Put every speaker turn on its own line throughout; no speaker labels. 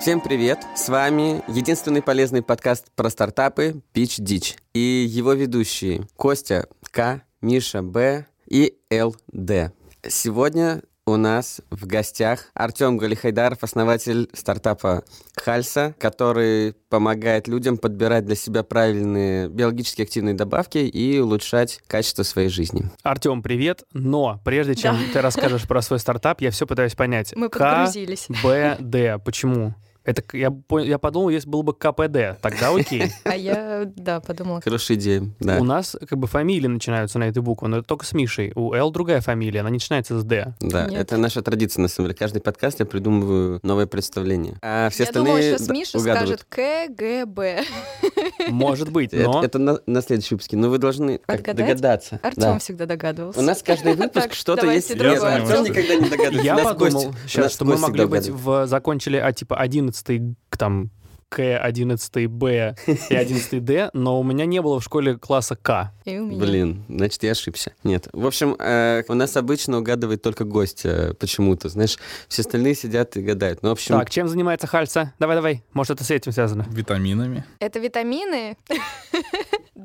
Всем привет! С вами единственный полезный подкаст про стартапы «Пич Дич» и его ведущие Костя К, Миша Б и ЛД. Сегодня у нас в гостях Артем Галихайдаров, основатель стартапа Хальса, который помогает людям подбирать для себя правильные биологически активные добавки и улучшать качество своей жизни.
Артем, привет. Но прежде чем
Да.
ты расскажешь про свой стартап, я все пытаюсь понять.
Мы подгрузились.
КБД. Почему? Это к- я, пон- я подумал, если было бы КПД, тогда окей.
А я, да, подумала.
Хорошая идея, да.
У нас как бы фамилии начинаются на этой букве, но это только с Мишей. У Л другая фамилия, она не начинается с Д.
Да,
Нет.
это наша традиция, на самом деле. Каждый подкаст я придумываю новое представление. А все
я
остальные
думала, сейчас
д-
Миша
угадывают.
скажет КГБ.
Может быть,
Это-
но
Это, на, на следующем выпуске. Но вы должны как,
Отгадать?
догадаться.
Артем
Да.
всегда догадывался.
У нас каждый выпуск
Так,
что-то
давайте
есть.
другое.
Нет, Артем
Артём.
никогда не догадывается.
я
У нас
подумал
Кость- у
сейчас,
нас
что мы
Кость
могли
всегда
быть в закончили, а типа 11 к- там К, 11 Б и 11 Д, но у меня не было в школе класса К.
И у меня.
Блин, значит, я ошибся. Нет. В общем, э, у нас обычно угадывает только гость э, почему-то. Знаешь, все остальные сидят и гадают. Ну, в общем,
Так, чем занимается Хальца? Давай-давай, может это с этим связано?
Витаминами.
Это витамины?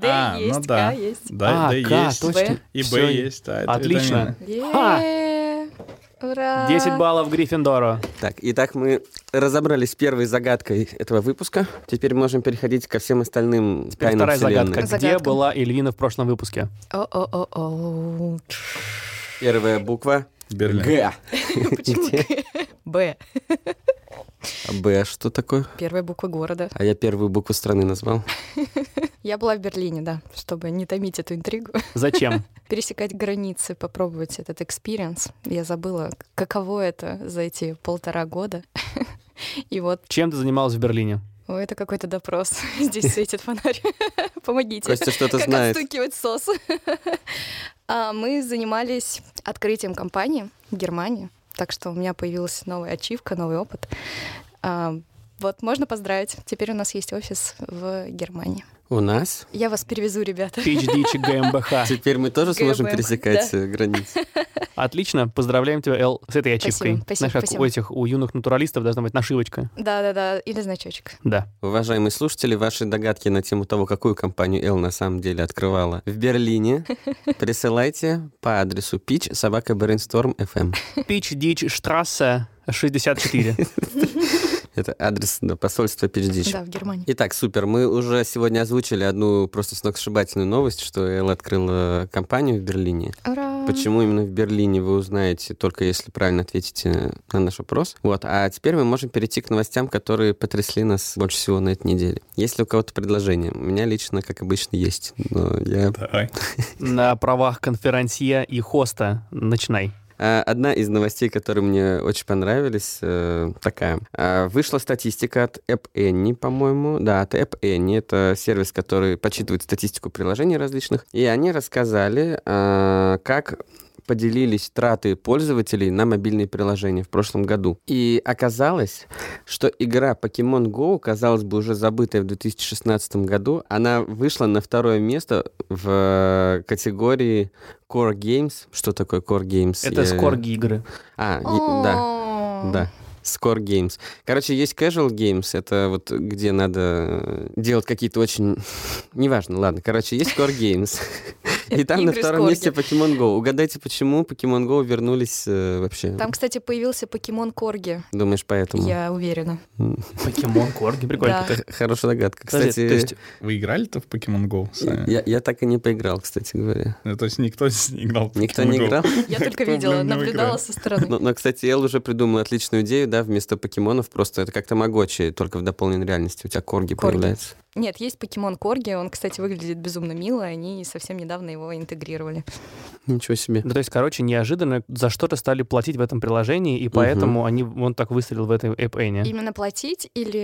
А,
Д
ну
есть,
да.
К есть.
Да,
а,
да,
К,
есть.
точно.
И
Всё.
Б есть, да, это
Отлично.
витамины.
Ха!
Е, Ура!
10 баллов Гриффиндору.
так, итак, мы разобрались с первой загадкой этого выпуска. Теперь можем переходить ко всем остальным
Теперь
тайнам
вторая
вселенной.
загадка. Где
Загадка.
была Эльвина в прошлом выпуске?
О-о-о-о.
Первая буква
Берлин.
Г. Где?
Б.
А Б что такое?
Первая буква города.
А я первую букву страны назвал.
Я была в Берлине, да, чтобы не томить эту интригу.
Зачем?
Пересекать границы, попробовать этот экспириенс. Я забыла, каково это за эти полтора года. И вот
Чем ты занималась в Берлине?
Ой, это какой-то допрос. Здесь светит фонарь. Помогите.
Костя что-то
как
знает.
отстукивать сос. А мы занимались открытием компании в Германии. Так что у меня появилась новая ачивка, новый опыт. А, Вот, можно поздравить. Теперь у нас есть офис в Германии.
У нас?
Я вас перевезу, ребята.
PhD ГМБХ.
Теперь мы тоже сможем
ГБ,
пересекать э, границы.
Отлично, поздравляем тебя, Эл, с этой ачивкой.
Спасибо, спасибо,
Знаешь, как
спасибо.
у этих, у юных натуралистов должна быть нашивочка.
Да-да-да, или значочек.
Да.
Уважаемые слушатели, ваши догадки на тему того, какую компанию Эл на самом деле открывала в Берлине, присылайте по адресу pitch собака FM.
Пич Дич Штрассе 64.
Это адрес да, посольства Pitch Ditch.
Да, в Германии.
Итак, супер. Мы уже сегодня озвучили одну просто сногсшибательную новость, что Эл открыла компанию в Берлине.
Ура!
Почему именно в Берлине, вы узнаете только если правильно ответите на наш вопрос. Вот. А теперь мы можем перейти к новостям, которые потрясли нас больше всего на этой неделе. Есть ли у кого-то предложение? У меня лично, как обычно, есть. Но я...
Давай.
На правах конферансье и хоста. Начинай.
А, Одна из новостей, которые мне очень понравились, э, такая. А, Вышла статистика от App Annie, по-моему. Да, от App Annie. Это сервис, который подсчитывает статистику приложений различных. И они рассказали, а, как поделились траты пользователей на мобильные приложения в прошлом году. И оказалось, что игра Pokemon Go, казалось бы, уже забытая в 2016 году, она вышла на второе место в э, категории Core Games. Что такое Core Games?
Это
Я-
скорги игры.
А, е- да,
О.
да. Score Games. Короче, есть Casual Games, это вот где надо э, делать какие-то очень... Неважно, ладно. Короче, есть Core Games. И
Это
там на
игры
втором
Score
месте Pokemon Go. Угадайте, почему Pokemon Go вернулись э, вообще?
Там, кстати, появился покемон Корги,
Думаешь, поэтому?
я уверена.
Покемон корги. Прикольно.
Да.
Х- Хорошая догадка.
Подожди,
Кстати,
то есть э,
Вы играли-то в Pokemon Go сами?
я, я так и не поиграл, кстати говоря.
Ну, То есть никто здесь не играл в
Никто
Pokemon
не
Go?
играл?
Я только
Кто,
видела,
блин, не
наблюдала
выиграет?
со стороны.
Но, но, кстати, Эл уже придумал отличную идею, да, вместо покемонов просто это как тамагочи, только в дополненной реальности у тебя корги
Корги.
появляются.
Нет, есть покемон Корги, он, кстати, выглядит безумно мило, они совсем недавно его интегрировали.
Ничего себе.
Ну, то есть, короче, неожиданно за что-то стали платить в этом приложении, и поэтому они, он так выстрелил в этой эп
Именно платить или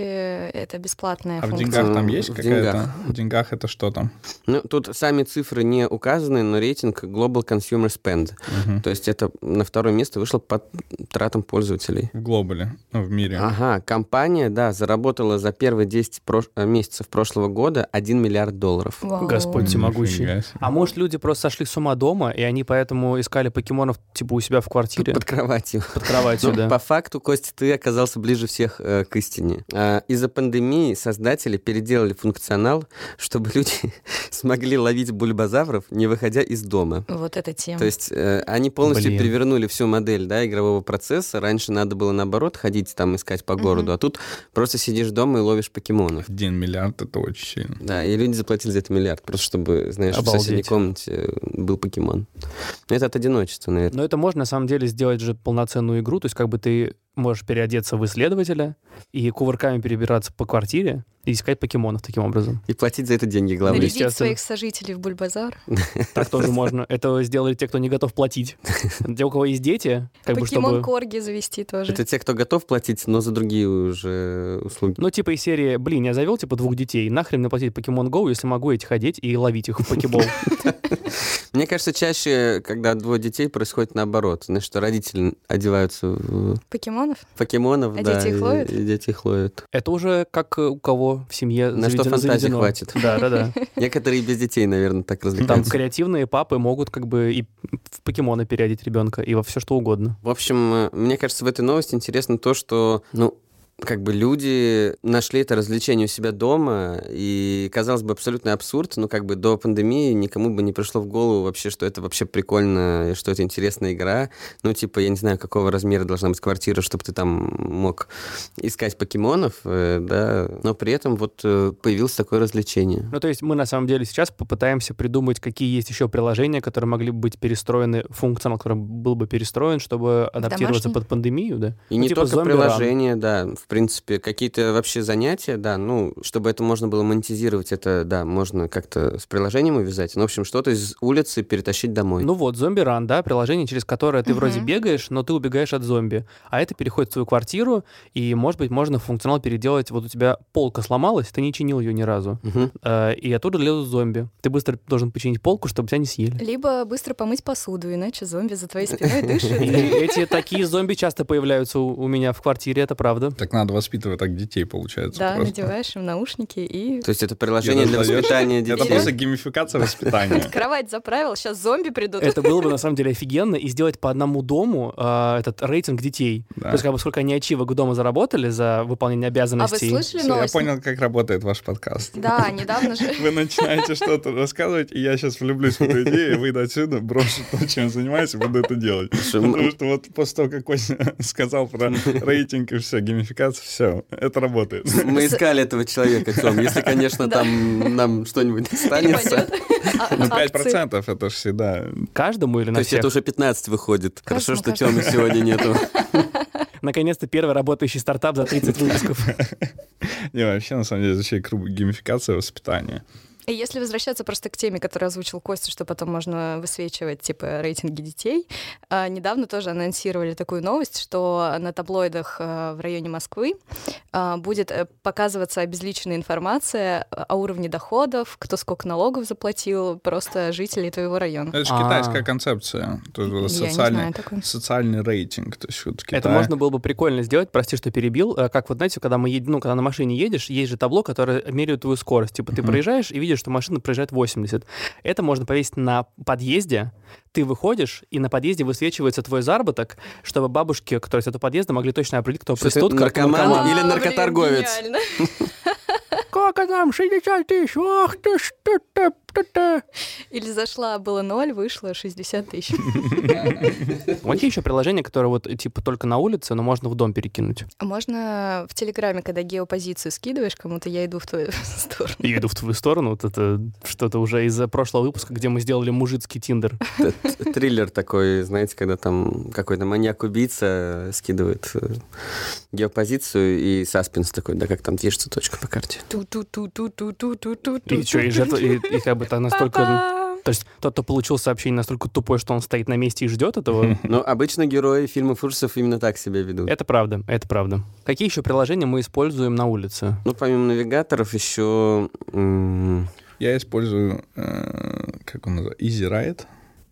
это бесплатная
А в
функция?
деньгах там
В
есть какая-то? В деньгах это что там?
Ну, тут сами цифры не указаны, но рейтинг Global Consumer Spend.
Мгм.
То есть это на второе место вышло по тратам пользователей.
В глобале, ну, в мире.
Ага, компания, да, заработала за первые 10 прош- э, месяцев прошлого года 1 миллиард долларов.
Вау.
Господь. всемогущий.
Нифига себе.
А может, люди просто сошли с ума дома, и они поэтому искали покемонов, типа, у себя в квартире,
Под кроватью.
под кроватью,
Ну,
да?
По факту, Костя, ты оказался ближе всех э, к истине. А, из-за пандемии создатели переделали функционал, чтобы люди смогли ловить бульбазавров, не выходя из дома.
Вот эта тема.
То есть э, они полностью
Блин.
перевернули всю модель да, игрового процесса. Раньше надо было наоборот ходить там искать по городу, а тут просто сидишь дома и ловишь покемонов.
Один миллиард, это очень сильно.
Да, и люди заплатили за это миллиард, просто чтобы, знаешь, в соседней
Обалдеть.
комнате э, был покемон. Но это от одиночества, наверное.
Но это можно, на самом деле, сделать же полноценную игру, то есть как бы ты можешь переодеться в исследователя и кувырками перебираться по квартире и искать покемонов таким образом.
И платить за это деньги, главное.
Нарис-
Нарядить
естественно.
своих сожителей в бульбазар.
Так тоже можно. Это сделали те, кто не готов платить. Те, у кого есть дети, как бы
Покемон
чтобы...
Корги завести тоже.
Это те, кто готов платить, но за другие уже услуги.
Ну, типа из серии, блин, я завел, типа, двух детей, нахрен мне платить Pokemon Go, если могу этих одеть и ловить их в покебол.
Мне кажется, чаще, когда двое детей, происходит наоборот. Знаешь, что родители одеваются в
Покемонов?
покемонов,
А
да,
дети их
и-
ловят?
И дети их ловят.
Это уже как э, у кого в семье
На что
заведено-
фантазии
заведено.
хватит.
Да, да, да.
Некоторые без детей, наверное, так
Там
развлекаются.
креативные папы могут как бы и в покемоны переодеть ребенка, и во все что угодно.
В общем, э, мне кажется, в этой новости интересно то, что, ну, как бы люди нашли это развлечение у себя дома, и, казалось бы, абсолютный абсурд, но как бы до пандемии никому бы не пришло в голову вообще, что это вообще прикольно, и что это интересная игра. Ну, типа, я не знаю, какого размера должна быть квартира, чтобы ты там мог искать покемонов, э, да, но при этом вот э, появилось такое развлечение.
Ну, то есть мы на самом деле сейчас попытаемся придумать, какие есть еще приложения, которые могли бы быть перестроены, функционал, который был бы перестроен, чтобы адаптироваться
домашний?
под пандемию, да?
И
Ну,
не
типа
только
«Зомби
приложения, да, в принципе, какие-то вообще занятия, да, ну, чтобы это можно было монетизировать, это, да, можно как-то с приложением увязать. Ну, в общем, что-то из улицы перетащить домой.
Ну вот, зомби ран, да, приложение, через которое ты вроде
Мгм.
бегаешь, но ты убегаешь от зомби. А это переходит в твою квартиру, и, может быть, можно функционал переделать. Вот у тебя полка сломалась, ты не чинил ее ни разу.
Мгм.
Э, И оттуда лезут зомби. Ты быстро должен починить полку, чтобы тебя не съели.
Либо быстро помыть посуду, иначе зомби за твоей спиной
И
дышит.
эти такие зомби часто появляются у, у меня в квартире, это правда.
Так надо воспитывать так детей, получается.
Да,
просто.
надеваешь им наушники и
То есть это приложение для
даже-
воспитания
Это
детей.
просто геймификация воспитания.
кровать заправил, сейчас зомби придут.
Это было бы на самом деле офигенно. И сделать по одному дому э, этот рейтинг детей.
Да.
То есть, как бы сколько они ачивок у дома заработали за выполнение
А вы
обязанностей.
слышали
Всё, Я
новость?
понял, как работает ваш подкаст.
Да, недавно же
Вы начинаете что-то рассказывать, и я сейчас влюблюсь в эту идею, и выйду отсюда, брошу то, чем занимаюсь, и буду это делать.
м-
Потому что вот после того, как Костя сказал про рейтинг и все, геймификация, все, это работает.
Мы искали этого человека, Тём. Если, конечно,
Да.
там нам что-нибудь достанется.
перепадет.
Ну,
а- акции.
5% это же всегда...
Каждому или
То
на
есть
всех?
это уже 15 выходит. Хорошо,
Каждому,
что
каждому.
Тёмы сегодня нету.
Наконец-то первый работающий стартап за 30 выпусков.
Не, вообще, на самом деле, вообще круто геймификация воспитания.
И если возвращаться просто к теме, которую озвучил Костя, что потом можно высвечивать, типа, рейтинги детей, а, недавно тоже анонсировали такую новость, что на таблоидах а, в районе Москвы а, будет э, показываться обезличенная информация о уровне доходов, кто сколько налогов заплатил, просто жителей твоего района.
Это же
А.
китайская концепция. То есть вот
Я не
социальный
знаю такую.
социальный рейтинг. То есть вот в
Это
Китае-
можно было бы прикольно сделать, прости, что перебил. Э, Как вот, знаете, когда мы едем, ну, когда на машине едешь, есть же табло, которое меряет твою скорость. Типа ты
Мгм.
проезжаешь и видишь, что машина проезжает 80. Это можно повесить на подъезде. Ты выходишь, и на подъезде высвечивается твой заработок, чтобы бабушки, которые с этого подъезда, могли точно определить, кто
Что ты,
проститутка, кто
наркоман
наркоман.
или
А, блин,
наркоторговец.
гениально.
Сколько там, 60 тысяч, ах ты, что ты, Та-та.
Или зашла, было 0, вышло 60 тысяч.
Какие еще приложения, которые вот типа только на улице, но можно в дом перекинуть?
А Можно в Телеграме, когда геопозицию скидываешь кому-то, я иду в твою сторону.
Я иду в твою сторону, вот это что-то уже из прошлого выпуска, где мы сделали мужицкий тиндер.
Т- т- Триллер такой, знаете, когда там какой-то маньяк-убийца скидывает э, геопозицию и саспенс такой, да как там движется точка по карте.
Ту-ту-ту-ту-ту-ту-ту-ту.
И что, и жертва, и, и как бы это настолько...
Па-пам!
То есть тот, кто получил сообщение, настолько тупой, что он стоит на месте и ждет этого.
Но обычно герои фильмов ужасов именно так себя ведут.
Это правда, это правда. Какие еще приложения мы используем на улице?
Ну, помимо навигаторов, еще... м,
Я использую, э, как он называется, Easy Ride.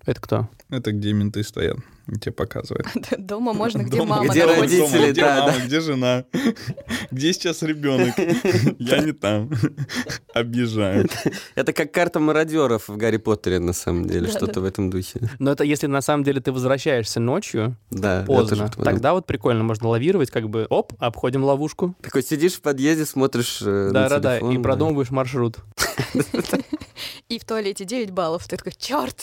Это кто?
Это где менты стоят, и тебе показывают.
Дома можно, Ну, где
Дома,
мама.
Где
дома,
находится.
родители,
дома, где
да,
мама, где жена, где сейчас ребенок, я не там, объезжаю.
Это как карта мародеров в Гарри Поттере, на самом деле,
Да,
что-то в этом духе.
Но это если на самом деле ты возвращаешься ночью
Да, я тоже
поздно,
вот подумал.
тогда вот прикольно, можно лавировать, как бы, оп, обходим ловушку.
Такой сидишь в подъезде, смотришь э, на
Да-да-да,
телефон,
и продумываешь маршрут.
И в туалете 9 баллов. Ты такой, черт,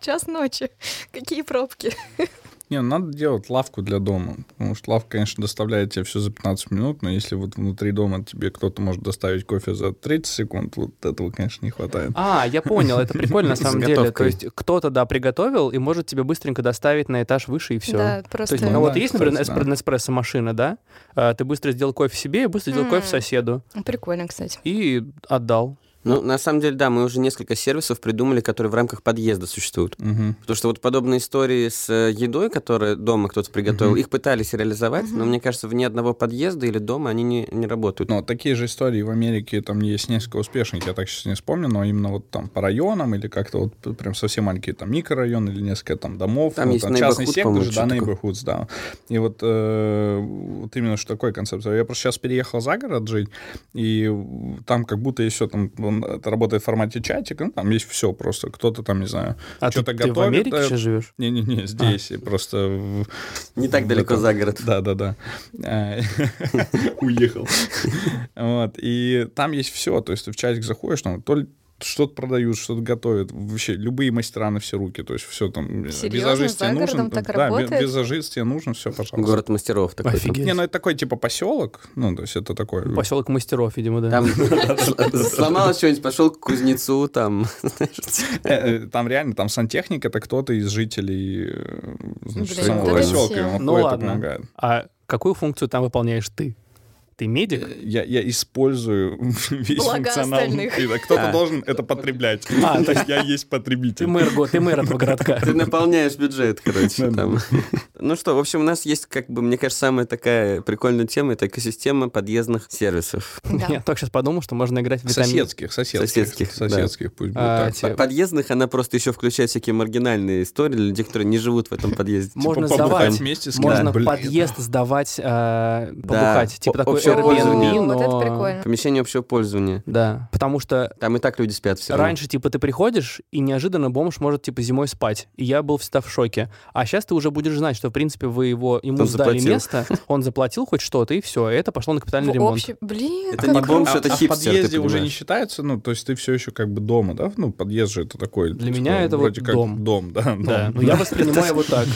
час ночи. Какие пробки.
Не, ну, надо делать лавку для дома, потому что лавка, конечно, доставляет тебе все за 15 минут, но если вот внутри дома тебе кто-то может доставить кофе за 30 секунд, вот этого, конечно, не хватает.
А, я понял, это прикольно на
С
самом деле. То
заготовкой.
есть кто-то, да, приготовил и может тебе быстренько доставить на этаж выше и все.
Да,
То
просто...
есть у кого-то
Ну да,
есть, например,
кстати, да.
эспрессо машина, да? А, Ты быстро сделал кофе себе, быстро сделал кофе
М.
соседу
Прикольно, кстати.
и отдал.
Ну, на самом деле, да, мы уже несколько сервисов придумали, которые в рамках подъезда существуют.
Мгм.
Потому что вот подобные истории с э, едой, которые дома кто-то приготовил,
Мгм.
их пытались реализовать, но, мне кажется, вне одного подъезда или дома они не, не работают.
Но такие же истории в Америке, там есть несколько успешных, я так сейчас не вспомню, но именно вот там по районам или как-то вот п- прям совсем маленькие там микрорайоны или несколько там домов.
Там
ну,
есть
частный
neighborhood,
сектор
по-моему,
же, да,
что-то такое.
neighborhoods, да. И вот, э, вот именно что такой концепт. Я просто сейчас переехал за город жить, и там как будто еще там он, это работает в формате чатика, ну, там есть все просто. Кто-то там, не знаю,
А ты,
Чё-то
ты в
готовит,
Америке
да?
сейчас живешь?
не-не-не, здесь, и просто... в-
А. Не так
в
далеко
этом.
за город.
Да, да, да. Уехал. Вот. И там есть все. То есть ты в чатик заходишь, там то ли что-то продают, что-то готовят. Вообще любые мастера на все руки. То есть все там.
Серьезно?
Визажист
За
тебе
городом
нужен.
так
да, ви-
работает?
визажист тебе нужен, все, пожалуйста.
Город мастеров такой.
Офигеть.
Не, ну это такой типа поселок. Ну, то есть это такой.
Поселок мастеров, видимо, да.
Там сломалось что-нибудь, пошел к кузнецу, там, знаешь,
Э, э, Там реально, там сантехник это кто-то из жителей э, значит,
Ну, Блин,
самого
вот это
поселка.
все.
Он
Ну
ходит и
ладно.
помогает.
А какую функцию там выполняешь ты? Ты медик?
Я, я использую весь
Блага
функционал.
остальных.
внутри, да. Кто-то
А.
должен это потреблять.
А, то есть
я есть
ты
потребитель.
мэр, го- ты мэр этого городка.
Ты наполняешь бюджет,
Да,
короче, там. Ну что, в общем, у нас есть, как бы, мне кажется, самая такая прикольная тема, это экосистема подъездных сервисов.
Я
Да.
только сейчас подумал, что можно играть в витамин.
Соседских, соседских.
Соседских, да.
Соседских, пусть будет
А,
так.
те-
П- Подъездных она просто еще включает всякие маргинальные истории для людей, которые не живут в этом подъезде.
Можно
Типа,
Побухать
сдавать.
вместе с
Можно
кем-то. Блин.
подъезд сдавать, э, побухать. Типа
О-
такой
общее
Airbnb,
пользование.
Вот это
но-
пом-
прикольно.
Помещение общего пользования.
Да, потому что
Там и так люди спят все
Раньше, типа, ты приходишь, и неожиданно бомж может, типа, зимой спать. И я был всегда в шоке. А сейчас ты уже будешь знать, что, в принципе, вы его, ему
Он
сдали
заплатил.
место, он заплатил хоть что-то, и все. Это пошло на капитальный
В
ремонт.
общем- Блин,
Это
как
не
круто.
бомж, это
а в
хипстер, ты
подъезде уже не
понимаешь.
считается, ну, то есть ты все еще как бы дома, да? Ну, подъезд же это такой...
Для
типа,
меня это
вроде
вот
как
дом.
Дом, да.
Да,
дом.
ну я воспринимаю его так.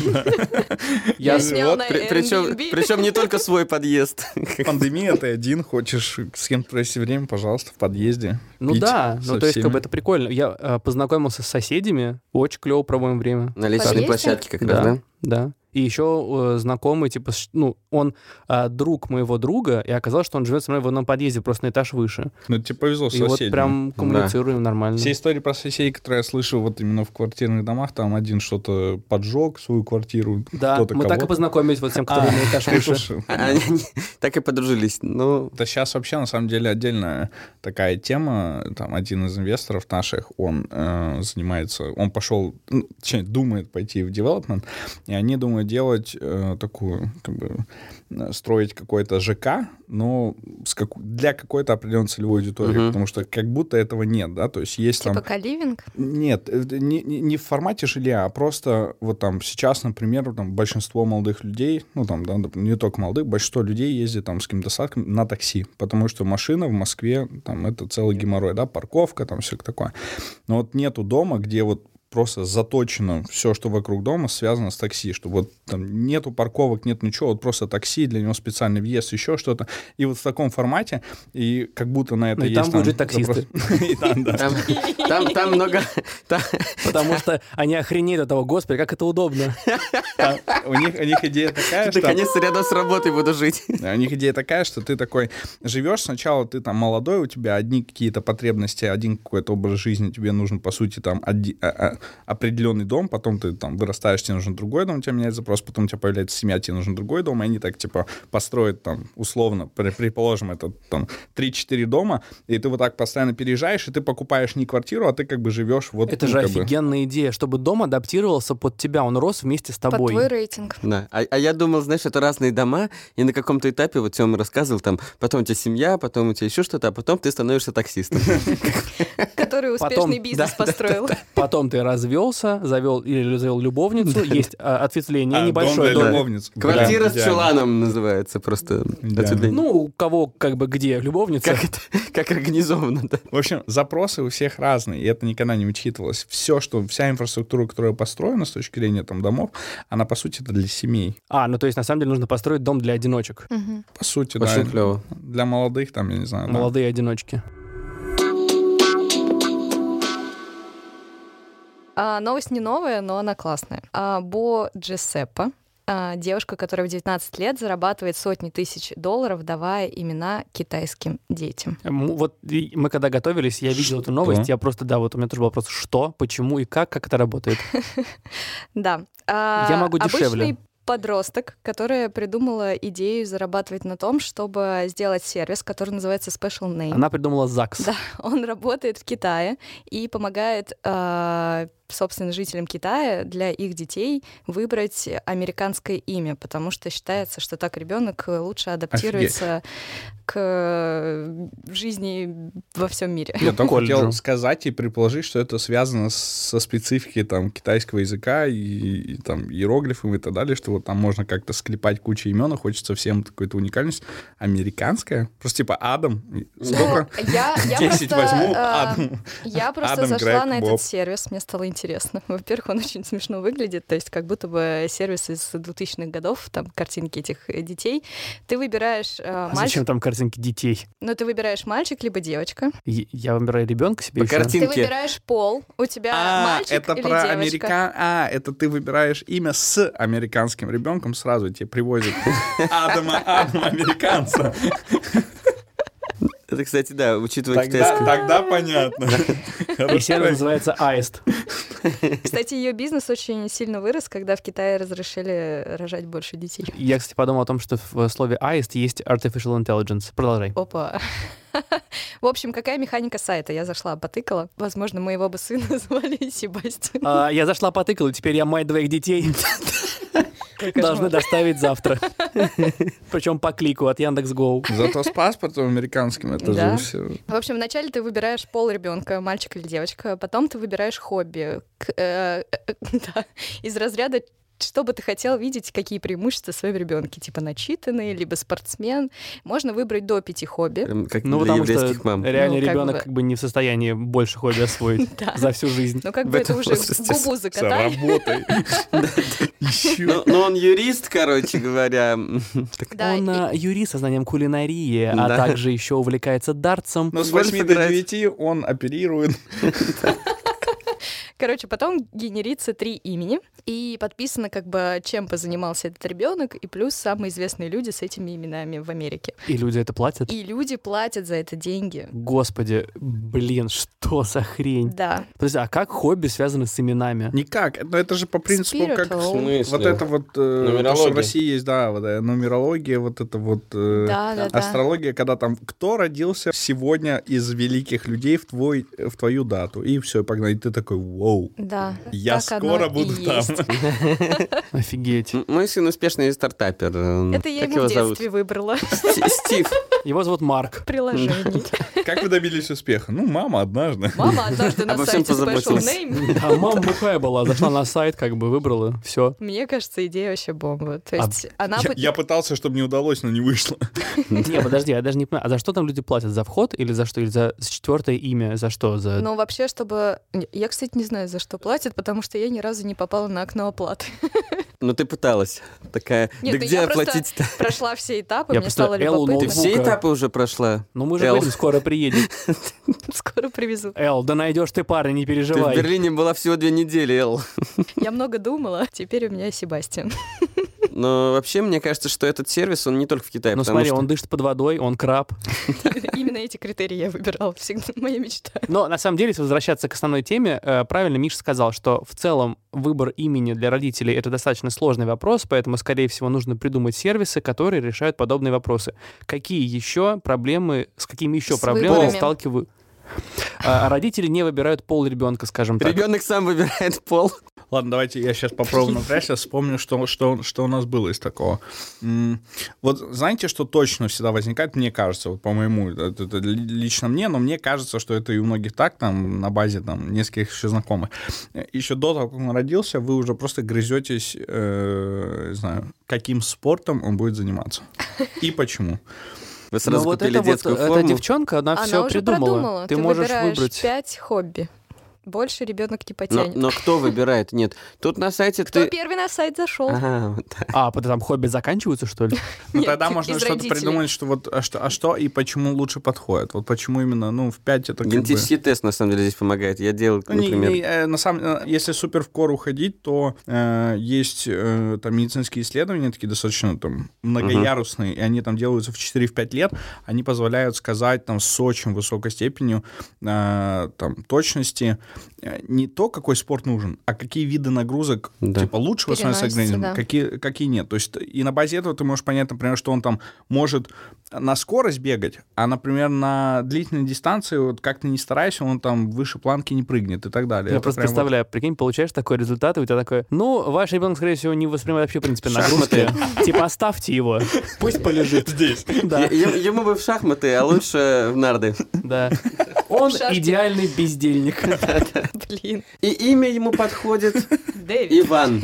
Я
Я снял на
причем,
Airbnb.
причем не только свой подъезд.
Пандемия, ты один, хочешь с кем-то провести время, пожалуйста, в подъезде.
Ну
пить
да,
со
ну то есть как
всеми.
бы это прикольно. Я э, познакомился с соседями, очень клево проводим время.
На лестничной
Подъезде?
площадке как раз, да?
Да. И еще э, знакомый, типа, ш- ну, он э, друг моего друга, и оказалось, что он живет со мной в одном подъезде, просто на этаж выше.
Ну, тебе повезло с
И вот
соседями.
прям коммуницируем нормально.
Все истории про соседей, которые я слышу вот именно в квартирных домах, там один что-то поджег свою квартиру,
Да,
кто-то
мы так и
кого-то.
познакомились вот с тем, кто
А,
на этаж выше.
А Они так и подружились. Ну,
Да сейчас вообще, на самом деле, отдельная такая тема. Там один из инвесторов наших, он э, занимается, он пошел, ну, точнее, думает пойти в девелопмент, и они думают нужно делать э, такую, как бы, э, строить какой-то ЖК, но с как- для какой-то определенной целевой аудитории,
Мгм.
потому что как будто этого нет, да, то есть есть
Типа
там...
каливинг?
Нет, это не, не- не в формате жилья, а просто вот там сейчас, например, там большинство молодых людей, ну там, да, доп- не только молодых, большинство людей ездит там с каким-то садком на такси, потому что машина в Москве, там, это целый геморрой, да, парковка, там, все такое. Но вот нету дома, где вот просто заточено все, что вокруг дома, связано с такси, что вот там нету парковок, нет ничего, вот просто такси, для него специальный въезд, еще что-то. И вот в таком формате, и как будто на это
Ну и
есть...
там будут жить
запрос- И там, да.
Там, там, там много... там-
Потому что они охренеют от того, господи, как это удобно.
Там у, них, у них идея такая, что...
Наконец-то рядом с работой буду жить.
У них идея такая, что ты такой живешь, сначала ты там молодой, у тебя одни какие-то потребности, один какой-то образ жизни, тебе нужен, по сути, там оди- а- а- определенный дом, потом ты там вырастаешь, тебе нужен другой дом, у тебя меняется запрос, потом у тебя появляется семья, тебе нужен другой дом, и они так, типа, построят там, условно, при- предположим, это там 3-4 дома, и ты вот так постоянно переезжаешь, и ты покупаешь не квартиру, а ты как бы живешь вот...
Это
ну,
же
как бы-
офигенная идея, чтобы дом адаптировался под тебя, он рос вместе с
Под твой
тобой.
рейтинг.
Да. А, а я думал, знаешь, это разные дома, и на каком-то этапе, вот Тёма рассказывал, там, потом у тебя семья, потом у тебя еще что-то, а потом ты становишься таксистом.
Который успешный
Потом-
бизнес
да,
построил.
Потом ты развелся, завел или завел любовницу, есть а, ответвление
А,
небольшое.
дом для
да.
дом-
любовниц.
Квартира
Блин,
с
идеально.
чуланом называется просто.
Идеально.
ответвление.
Ну, у кого как бы где, любовница.
Как это, как организовано, да?
В общем, запросы у всех разные, и это никогда не учитывалось. Все, что вся инфраструктура, которая построена с точки зрения там домов, она по сути это для семей.
А, ну то есть на самом деле нужно построить дом для одиночек.
Мгм.
По сути,
Очень
да.
клево.
Для молодых там, я не знаю. да.
Молодые одиночки.
А, Новость не новая, но она классная. А, Бо Джесеппа, а, девушка, которая в 19 лет зарабатывает сотни тысяч долларов, давая имена китайским детям.
М, Вот и мы когда готовились, я видел эту новость,
Что?
я просто, да, вот у меня тоже был вопрос, что, почему и как, как это работает.
Да. А,
Я могу дешевле.
обычный подросток, которая придумала идею зарабатывать на том, чтобы сделать сервис, который называется Special Name.
Она придумала ЗАГС.
Да. Он работает в Китае и помогает, э, собственно, жителям Китая для их детей выбрать американское имя, потому что считается, что так ребенок лучше адаптируется к э, жизни во всем мире.
Я
Ну,
только
колледжу.
хотел сказать и предположить, что это связано с- со спецификой там китайского языка и, и, там иероглифов и так далее, что вот там можно как-то склепать кучу имен, и хочется всем какую-то уникальность американская. Просто типа Адам. Сколько?
Ну, я, я
10
просто,
возьму,
э,
Адам.
Я просто
Адам,
зашла
Грег,
на
Боб.
этот сервис, мне стало интересно. Во-первых, он очень смешно выглядит, то есть как будто бы сервис из 2000-х годов, там картинки этих э, детей. Ты выбираешь э,
А
мальчика,
Зачем там картинки детей?
ну ты выбираешь мальчик либо девочка.
Е- Я выбираю ребенка себе.
По
ещё.
картин- Тинки.
Ты выбираешь пол, у тебя
А,
мальчик
это
или
про
девочка.
американ... А, это ты выбираешь имя с американским ребенком, сразу тебе привозят Адама, Адама, американца.
Это, кстати, да, учитывая
Тогда,
китайский.
тогда понятно.
И сервис называется Аист.
Кстати, ее бизнес очень сильно вырос, когда в Китае разрешили рожать больше детей.
Я, кстати, подумал о том, что в слове Аист есть artificial intelligence. Продолжай.
Опа. В общем, какая механика сайта? Я зашла, потыкала. Возможно, моего бы сына звали Себастьян.
А, я зашла потыкала, теперь я мать двоих детей должны доставить завтра. Причем по клику от Яндекс.Гоу.
Зато с паспортом американским это
Да.
же все.
В общем, вначале ты выбираешь пол ребенка, мальчик или девочка, потом ты выбираешь хобби К- э, э, да, из разряда что бы ты хотел видеть, какие преимущества в своем ребенке, типа начитанный, либо спортсмен. Можно выбрать до пяти хобби.
Прям Эм, Как
Ну,
для
потому что
еврейских мам.
реально
Ну, как
ребенок
бы.
как бы не в состоянии больше хобби освоить
Да.
за всю жизнь.
Ну, как
В
бы это
этом
уже
возрасте
губу закатали.
Работай.
Но, но он юрист, короче говоря.
Да,
Он
и-
а, юрист со знанием кулинарии, а
Да.
также еще увлекается дартсом.
Но с
Больше
8 до
играть.
9 он оперирует.
Короче, потом генерится три имени, и подписано, как бы, чем позанимался этот ребенок, и плюс самые известные люди с этими именами в Америке.
И люди это платят.
И люди платят за это деньги.
Господи, блин, что за хрень?
Да.
Подожди, а как хобби связаны с именами?
Никак. Но это же по принципу, как
Spiritual.
В смысле?
вот это вот э, то, что
Нумерология.
в России есть, да, вот, э, нумерология, вот это вот э,
Да, да, да.
астрология, когда там кто э, родился сегодня из великих людей в твой в твою дату и все, погнали. И ты такой, воу,
Да.
я
так оно
скоро
и
буду там.
есть.
Офигеть.
М- Мой сын успешный стартапер. Он-
Это я
как
ему в
его
детстве
зовут?
выбрала
Сти- Стив.
Его зовут Марк.
приложение.
Как вы добились успеха? Ну, мама однажды.
Мама однажды на
Обо всем
сайте Special
позаботилась.
Name.
А мама бухая была, зашла на сайт, как бы выбрала, все.
Мне кажется, идея вообще бомба. То
А,
есть она
Я,
бы...
я пытался, чтобы не удалось, но не вышло.
Не, подожди, я даже не понимаю, а за что там люди платят? За вход или за что? Или за за четвертое имя? За что? За...
Но вообще, чтобы... Я, кстати, не знаю, за что платят, потому что я ни разу не попала на окно оплаты.
Ну ты пыталась. Такая,
Нет,
да
ну
где
я просто-
оплатить-то?
Прошла все этапы,
Я
мне
просто
стало
Эллу
Ты
любопытно.
все
Ноутбука.
этапы уже прошла?
Ну мы же
Эл.
говорим, скоро приедем.
Скоро привезут.
Эл, да найдешь ты парня, не
Ты в
переживай.
Берлине была всего две недели, Эл.
Я много думала, теперь у меня Себастьян.
Но вообще, мне кажется, что этот сервис, он не только в Китае.
Ну
потому
смотри,
что-
он дышит под водой, он краб.
Именно эти критерии я выбирала всегда. Моя мечта.
Но на самом деле, если возвращаться к основной теме, э, правильно Миша сказал, что в целом выбор имени для родителей это достаточно сложный вопрос, поэтому, скорее всего, нужно придумать сервисы, которые решают подобные вопросы. Какие еще проблемы, с какими еще
С
проблемами
выборами.
сталкиваются? Родители не выбирают пол ребенка, скажем так.
Ребенок сам выбирает пол.
Ладно, давайте я сейчас попробую напрячься, вспомню, что, что, что у нас было из такого. М, Вот знаете, что точно всегда возникает, мне кажется, вот по-моему, это, это ли- лично мне, но мне кажется, что это и у многих так, там, на базе там нескольких еще знакомых. Э, Еще до того, как он родился, вы уже просто грызетесь, э, не знаю, каким спортом он будет заниматься. И почему.
Вы
Но
сразу
вот
купили
это вот,
детскую
эта
форму.
девчонка, она,
Она
все
уже
придумала.
продумала.
Ты, можешь
выбираешь
выбрать.
пять хобби. Больше ребенок не
Но,
потянет.
но кто выбирает? Нет. Тут на сайте
Кто
ты...
первый на сайт зашел?
Ага, вот так.
А, потому там хобби заканчиваются, что ли?
Ну,
Нет,
тогда
из
можно что-то
родителей.
придумать, что вот, а что, а что и почему лучше подходит. Вот почему именно, ну, в 5 это как бы-
Генетический тест, на самом деле, здесь помогает. Я делал,
Ну, не-
например...
не, э, на самом, э, если супер в кор уходить, то э, есть э, там медицинские исследования такие достаточно там многоярусные, и они там делаются в 4-5 лет, они позволяют сказать там с очень высокой степенью э, там точности э, не то, какой спорт нужен, а какие виды нагрузок
Да.
типа лучше восстановятся
Переносятся,
организм,
да.
какие, какие нет. То есть т- и на базе этого ты можешь понять, например, что он там может на скорость бегать, а, например, на длительной дистанции, вот как ты не старайся, он там выше планки не прыгнет и так далее.
Я
Это
просто
прям вот-
представляю, прикинь, получаешь такой результат, и у тебя такое, ну, ваш ребенок, скорее всего, не воспринимает вообще, в принципе, нагрузки. Типа, оставьте его, пусть полежит. Здесь. Да,
Е- е- Ему бы в шахматы, а лучше в нарды.
да. Он
шашки.
идеальный бездельник.
Блин.
И имя ему подходит
Дэвид.
Иван.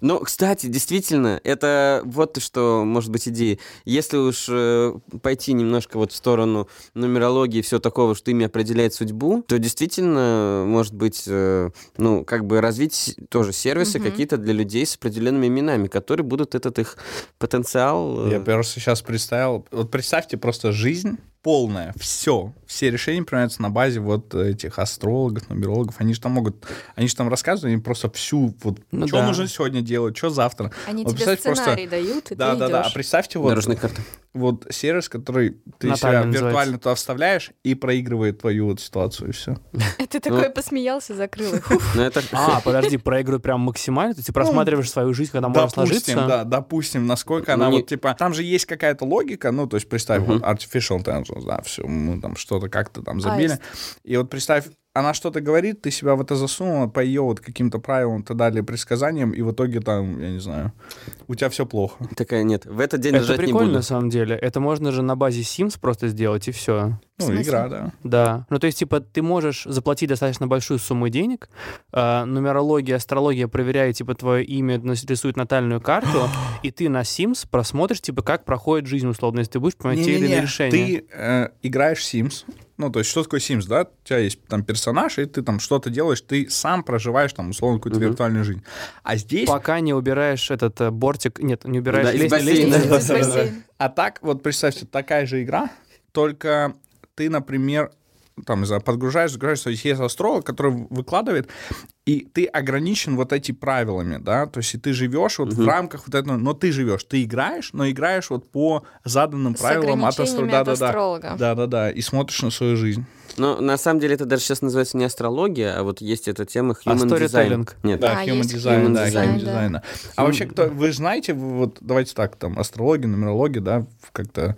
Но, кстати, действительно, это вот что может быть идея. Если уж э, пойти немножко вот в сторону нумерологии и всего такого, что имя определяет судьбу, то действительно, может быть, э, ну, как бы развить тоже сервисы
Мгм.
какие-то для людей с определенными именами, которые будут этот их потенциал... э,
Я просто сейчас представил. Вот представьте просто жизнь полная, все, все решения принимаются на базе вот этих астрологов, нумерологов. Они же там могут, они же там рассказывают, им просто всю вот,
Ну
что
да.
нужно сегодня делать, что завтра.
Они
Вот
тебе
представь просто-
сценарий дают, и
Да,
ты
да, да. А
идешь.
представьте вот,
дорожная карта.
вот сервис, который ты
Наталья
себя
называется.
виртуально туда вставляешь и проигрывает твою вот ситуацию и все.
Ты
Ну.
такой посмеялся, закрыл их. Ух,
Но Ну, это...
А, подожди, проигрывай прям максимально, ты типа, просматриваешь свою жизнь, когда может
Допустим,
сложиться.
да, допустим, насколько она
Ну, не-
вот типа там же есть какая-то логика, ну то есть представь вот artificial intelligence, да, все, мы там что-то как-то там забили,
Аист.
и вот представь, она что-то говорит, ты себя в это засунула по ее вот каким-то правилам и так далее предсказаниям, и в итоге там я не знаю, у тебя все плохо.
Такая, нет, в этот день
Это
лежать не
прикольно,
буду.
на самом деле. Это можно же на базе Sims просто сделать, и все.
В
Ну
смысле?
игра, да.
Да. Ну, то есть, типа, ты можешь заплатить достаточно большую сумму денег, э, нумерология, астрология проверяет, типа, твое имя, нас- рисует натальную карту, и ты на Sims просмотришь, типа, как проходит жизнь, условно, если ты будешь принимать те или иные
Не-не-не,
решения.
Ты э, играешь в Sims. Ну, то есть, что такое Sims, да? У тебя есть там персонаж, и ты там что-то делаешь, ты сам проживаешь там, условно, какую-то
Мгм.
виртуальную жизнь. А здесь
Пока не убираешь этот э, бортик... Нет, не убираешь
Да, из
лестницу.
бассейна.
лестницу.
лестница в бассейн.
А так, вот представьте, такая же игра, только ты, например, там, не знаю, подгружаешь, загружаешь, то есть есть астролог, который выкладывает, и ты ограничен вот эти правилами, да, то есть и ты живешь вот в рамках вот этого, но ты живешь, ты играешь, но играешь вот по заданным
С
правилам от,
ограничениями
да,
от
да, да,
астролога.
да, да, да, и смотришь на свою жизнь.
Но на самом деле это даже сейчас называется не астрология, а вот есть эта тема
А
human design.
storytelling?
Нет,
Да,
А,
human
есть
design,
human
да,
design,
human
да.
design. А вообще, кто, вы знаете, вы вот давайте так, там, астрологи, нумерологи, да, в- как-то,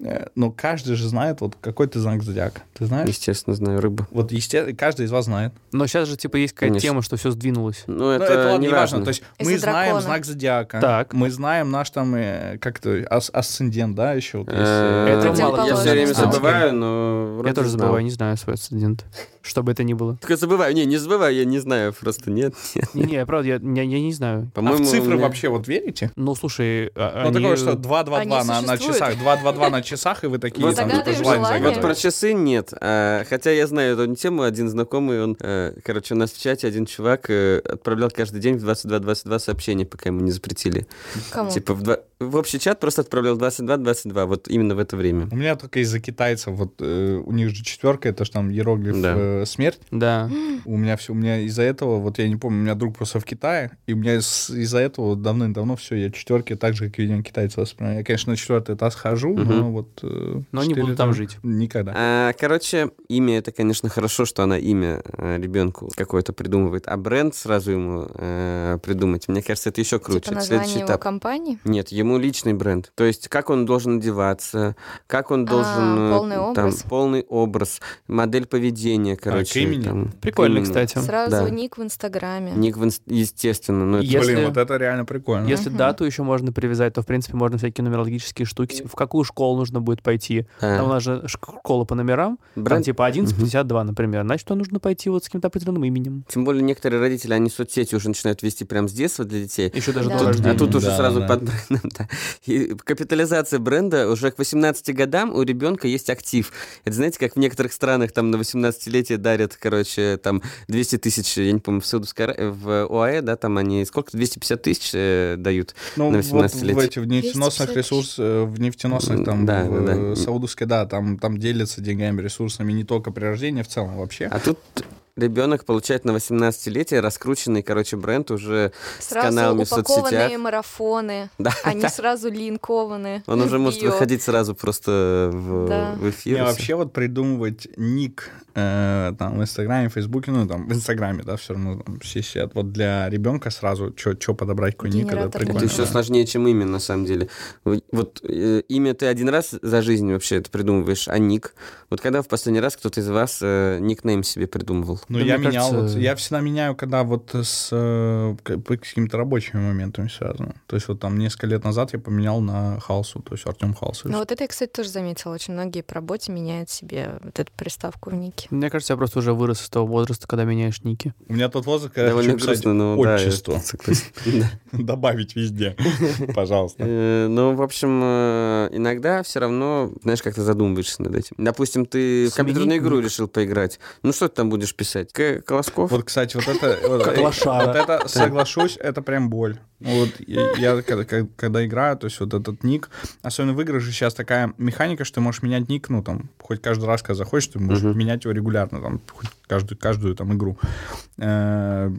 э, но каждый же знает, вот какой ты знак зодиака, ты знаешь?
естественно, знаю рыбу.
Вот, естественно, каждый из вас знает.
Но сейчас же, типа, есть какая-то
Конечно.
тема, что все сдвинулось.
Ну, это,
Ну, это ладно,
не
неважно,
важно.
то есть
Из-за
мы знаем
дракона.
знак зодиака,
Так.
мы знаем наш там, э, как это, ас- асцендент, да, еще вот есть, э,
Э,
Это мало
Я
кто
все время
знает.
забываю, но вроде
Я тоже
знал.
забываю, не знаю свой ацидент. Что бы это ни было.
Только забываю, не, не забываю, я не знаю, просто нет, нет.
Не-не, я правда, я, я- я не знаю.
А в
у
цифры
меня-
вообще вот верите?
Ну, слушай, а-
Ну,
они-
такое, что 2-2-2
Они
на, на
существуют.
часах, 2-2-2 на часах, и вы такие,
Вот
там,
загадываем
типа, желание
желание.
Вот
загадываете.
про часы нет. А, хотя я знаю эту тему. Один знакомый, он, э, короче, у нас в чате один чувак э, отправлял каждый день в 22-22 сообщения, пока ему не запретили.
Кому?
Типа в, два- в общий чат просто отправлял 22-22, вот именно в это время.
У меня только из-за китайцев, вот э, у них же четверка, это же там иероглиф
Да.
э, смерть.
Да.
У меня все, у меня из-за этого, вот я не помню, у меня друг просто в Китае, и у меня из- из-за этого давным-давно все, я четверки так же, как, видимо, китайцы воспринимаю. Я, конечно, на четвертый этаж хожу, но
Мгм.
вот... э,
Но не
четыре
буду там
этажа-
жить.
Никогда.
А, короче, имя это, конечно, хорошо, что она имя э, ребенку какое-то придумывает, а бренд сразу ему э, придумать. Мне кажется, это еще круче.
Типа
Это
название
следующий
его
этап.
компании?
Нет, ему личный бренд. То есть, как он должен одеваться, как он
А,
должен... э,
полный
там,
образ.
полный образ, модель поведения, короче.
имени?
там, к
А, Прикольно,
имени.
кстати.
Сразу
Да.
ник в Инстаграме.
Ник, в инст- естественно. Ну, это-
Е- если-
Блин, вот это реально прикольно.
Если
Мгм.
дату еще можно привязать, то, в принципе, можно всякие нумерологические штуки. типа, в какую школу нужно будет пойти?
Да.
Там у нас же шк- школа по номерам. Там,
а, Бренд.
типа, 1152, например. Значит, то нужно пойти вот с каким-то определенным именем.
Тем более некоторые родители, они соцсети уже начинают вести прям с детства для детей.
Еще даже
Да.
до
Тут-
рождения.
А тут уже
Да,
сразу
да.
под брендом. да. И капитализация бренда уже к 18 годам у ребенка есть актив. Это знаете, как в некоторых странах там на 18-летие дарят, короче, там 200 тысяч, я не помню, в Саудовской Ара- в ОАЭ, да, там они сколько? 250 тысяч э, дают.
Ну,
на
вот
18 лет.
в эти в нефтеносных
250
ресурсах, в нефтеносных там,
Да,
в,
да, да.
э, Саудовской, да, там, там делятся деньгами, ресурсами не только при рождении, в целом вообще.
А тут ребенок получает на 18-летие раскрученный, короче, бренд уже,
Сразу
каналами в
упакованные
соцсетях.
марафоны.
да,
Они сразу линкованы.
он уже может
Био.
выходить сразу просто в,
Да.
в эфир.
Не,
и всё.
вообще вот придумывать ник э, там в Инстаграме, Фейсбуке, ну там в Инстаграме, да, все равно там, все сидят. Вот для ребенка сразу что подобрать какой ник, это
Генератор
прикольно.
Это еще
да.
сложнее, чем имя, на самом деле. В- Вот э, имя ты один раз за жизнь вообще это придумываешь, а ник. Вот когда в последний раз кто-то из вас э, никнейм себе придумывал?
Ну,
Да,
я
мне
менял,
кажется-
вот- я всегда меняю, когда вот с э, к- п- с какими-то рабочими моментами связано. То есть вот там несколько лет назад я поменял на Халсу, то есть Артем Халсу.
Ну вот это я, кстати, тоже заметила. Очень многие по работе меняют себе вот эту приставку в нике.
Мне кажется, я просто уже вырос из того возраста, когда меняешь ники.
У меня тот возраст, когда я
Довольно
хочу писать
грустно, но да, я
отчество.
согласен. Да.
Добавить везде, пожалуйста.
Э, Ну, в общем, э, иногда все равно, знаешь, как ты задумываешься над этим. Допустим, ты в
Сменить
компьютерную игру
ник.
решил поиграть. Ну, что ты там будешь писать? К- Колосков?
Вот, кстати, вот это... вот-
Как лошара.
Вот это, соглашусь, это прям боль. Ну Вот я, я когда, как- когда играю, то есть вот этот ник, особенно в играх же сейчас такая механика, что ты можешь менять ник, ну там, хоть каждый раз, когда захочешь, ты можешь
Мгм.
менять его регулярно, там, хоть каждую, каждую там игру. Э,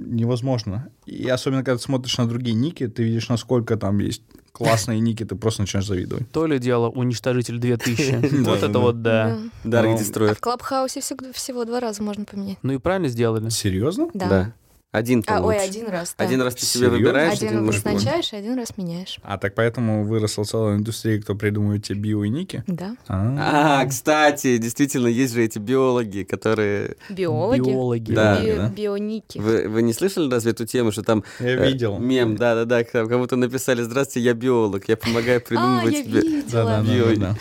невозможно. И особенно, когда ты смотришь на другие ники, ты видишь, насколько там есть классные ники, ты просто начинаешь завидовать.
То ли дело уничтожитель 2000.
Да,
Вот
да,
это
да.
вот да.
Дарк
Ну,
А
Дестройер.
в Клабхаусе всегда- всего два раза можно поменять.
Ну и правильно сделали.
Серьезно?
Да.
Один,
А,
по-моему.
ой, один раз, да.
Один раз ты себе
Серьёзно?
выбираешь,
Один
один можешь...
назначаешь.
назначаешь, один раз меняешь.
А так поэтому выросла целая индустрия, кто придумывает тебе био и ники?
Да.
А.
А, кстати, действительно, есть же эти биологи, которые...
Биологи.
Биологи.
Да.
Би-
да.
Бионики.
Вы, вы не слышали разве эту тему, что там
Я
Э,
видел.
Мем, да-да-да, к- кому-то написали «Здравствуйте, я биолог, я помогаю
А,
придумывать
я
тебе».
видела.
да. Био-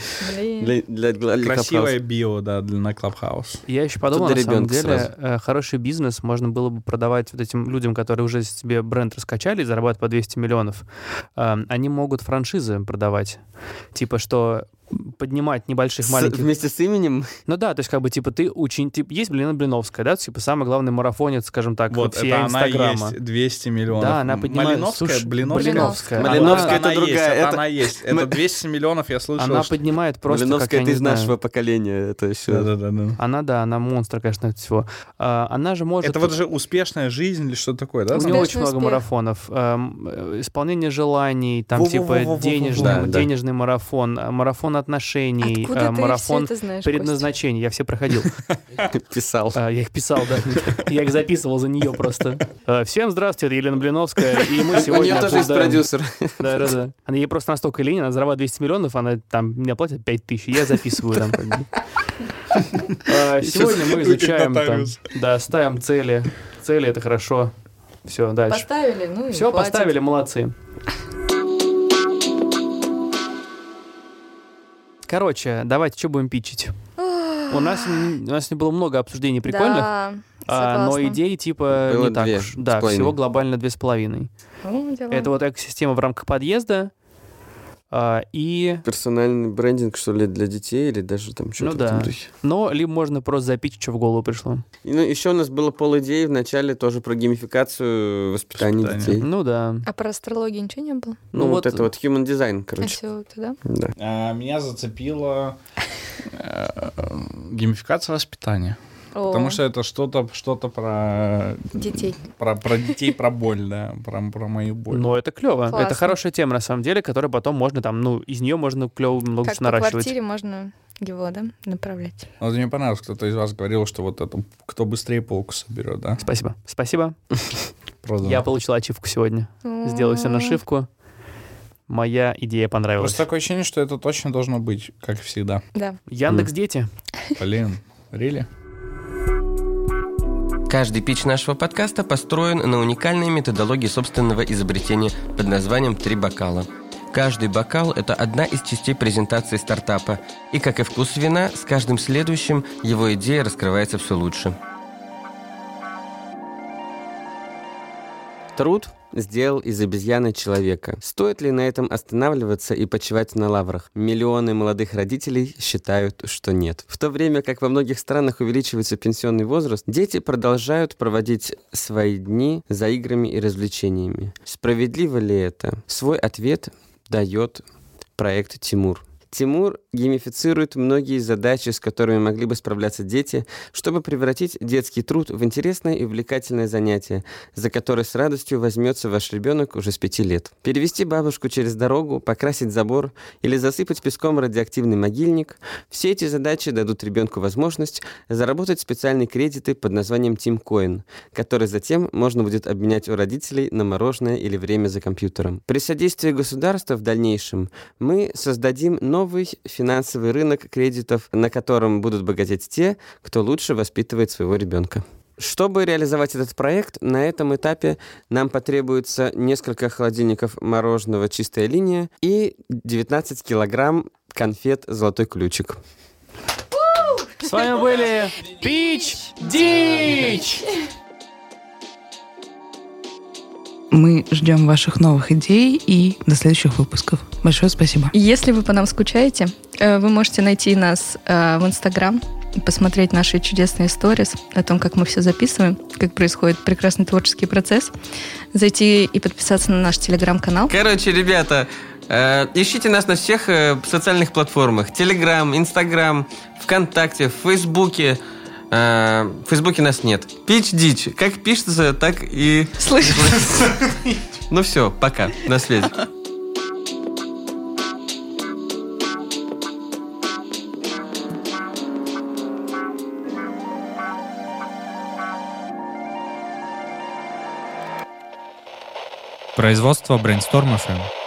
Блин.
Для, для, для
Красивое
Клабхауса.
био, да, для, на Клабхаус.
Я еще подумал, на
до
самом
ребёнка
деле,
сразу.
э, хороший бизнес можно было бы продавать вот этим людям, которые уже себе бренд раскачали и зарабатывают по 200 миллионов. Э, Они могут франшизы продавать. Типа, что поднимать небольших
С-
маленьких...
вместе с именем?
Ну да, то есть как бы типа ты учень... Тип... Есть Блина Блиновская, да? Типа самый главный марафонец, скажем так,
Вот,
всея
это она
Инстаграма.
есть, 200 миллионов.
Да, она поднимает...
Малиновская,
Слушай,
Блиновская.
Блиновская.
Она-
Малиновская
она
это
есть,
другая,
это
это-
она есть. Это
Мы-
200 миллионов, я слышал.
Она
что-
поднимает просто, как,
Малиновская,
я
ты
не
из
знаю.
нашего поколения, это еще...
Да-да-да.
Она, да, она монстр, конечно, от всего. А, Она же может...
Это вот же успешная жизнь или что такое, да?
У
Успешный
нее очень много
успех.
марафонов. Эм, э, Исполнение желаний, там типа
Во-во-во-во-во-во.
денежный,
Да, да.
денежный марафон, э, марафон отношений,
Откуда
э,
ты
марафон
все это знаешь,
предназначение. Я все проходил.
Писал.
А, Я их писал, да. Я их записывал за нее просто. Э, Всем здравствуйте, это Елена Блиновская. И мы
У
сегодня
нее тоже есть
обсуждаем-
продюсер.
Да, да, да. Она ей просто настолько лень, она зарабатывает 200 миллионов, она там мне платит 5 тысяч, и я записываю там. как бы. А, Сегодня мы изучаем там,
нотариус.
да, ставим цели. Цели — это хорошо. Все,
Костя?
дальше.
Поставили, ну и
Все,
хватит.
поставили, молодцы. Короче, давайте, что будем питчить? У нас, м, у нас не было много обсуждений прикольных,
Да,
а, но
согласна.
идей типа
Было
не так
две
уж.
с
Да,
половиной.
всего глобально две с половиной.
Ну, дела.
Это вот экосистема в рамках подъезда а, и
Персональный брендинг, что ли, для детей или даже там
Ну
что-то в
да.
этом духе.
Но либо можно просто запить, что в голову пришло.
И, ну, еще у нас было пол идеи в начале тоже про геймификацию воспитания
Воспитание.
детей.
Ну да.
А про астрологию ничего не было?
Ну, вот, это вот human design,
А
короче.
все, туда?
Да.
А, Меня зацепила э, геймификация воспитания. Потому что это что-то что-то про,
Детей.
про, про детей, про боль, да, про, про мою боль.
Но это клево. Это
Классно.
хорошая тема, на самом деле, которую потом можно там, ну, из нее можно клево много
Как
чего
по
наращивать.
квартире можно его, да, направлять.
Вот мне понравилось, кто-то из вас говорил, что вот это, кто быстрее полку соберет, да?
Спасибо. Спасибо.
Продано.
Я получил ачивку сегодня. Сделал себе нашивку. Моя идея понравилась.
Просто такое ощущение, что это точно должно быть, как всегда.
Да.
Яндекс Дети.
Блин, рили?
Каждый пич нашего подкаста построен на уникальной методологии собственного изобретения под названием «Три бокала». Каждый бокал – это одна из частей презентации стартапа. И, как и вкус вина, с каждым следующим его идея раскрывается все лучше.
Труд сделал из обезьяны человека. Стоит ли на этом останавливаться и почивать на лаврах? Миллионы молодых родителей считают, что нет. В то время как во многих странах увеличивается пенсионный возраст, дети продолжают проводить свои дни за играми и развлечениями. Справедливо ли это? Свой ответ дает проект «Тимур». Тимур геймифицирует многие задачи, с которыми могли бы справляться дети, чтобы превратить детский труд в интересное и увлекательное занятие, за который с радостью возьмется ваш ребенок уже с пяти лет. Перевести бабушку через дорогу, покрасить забор или засыпать песком радиоактивный могильник – все эти задачи дадут ребенку возможность заработать специальные кредиты под названием Тимкоин, который затем можно будет обменять у родителей на мороженое или время за компьютером. При содействии государства в дальнейшем мы создадим новый финансовый рынок кредитов, на котором будут богатеть те, кто лучше воспитывает своего ребенка. Чтобы реализовать этот проект, на этом этапе нам потребуется несколько холодильников мороженого «Чистая линия» и 19 килограмм конфет «Золотой ключик».
С вами были Пич Дич!
Мы ждем ваших новых идей и до следующих выпусков. Большое спасибо.
Если вы по нам скучаете, э, вы можете найти нас э, в Инстаграм, и посмотреть наши чудесные сторис о том, как мы все записываем, как происходит прекрасный творческий процесс, зайти и подписаться на наш Телеграм-канал.
Короче, ребята, э, ищите нас на всех э, социальных платформах. Телеграм, Инстаграм, ВКонтакте, в Фейсбуке. Э, в Фейсбуке нас нет. Пич-дич. Как пишется, так и...
Слышишь?
Ну все, пока. На связи.
Производство Brainstorm FM.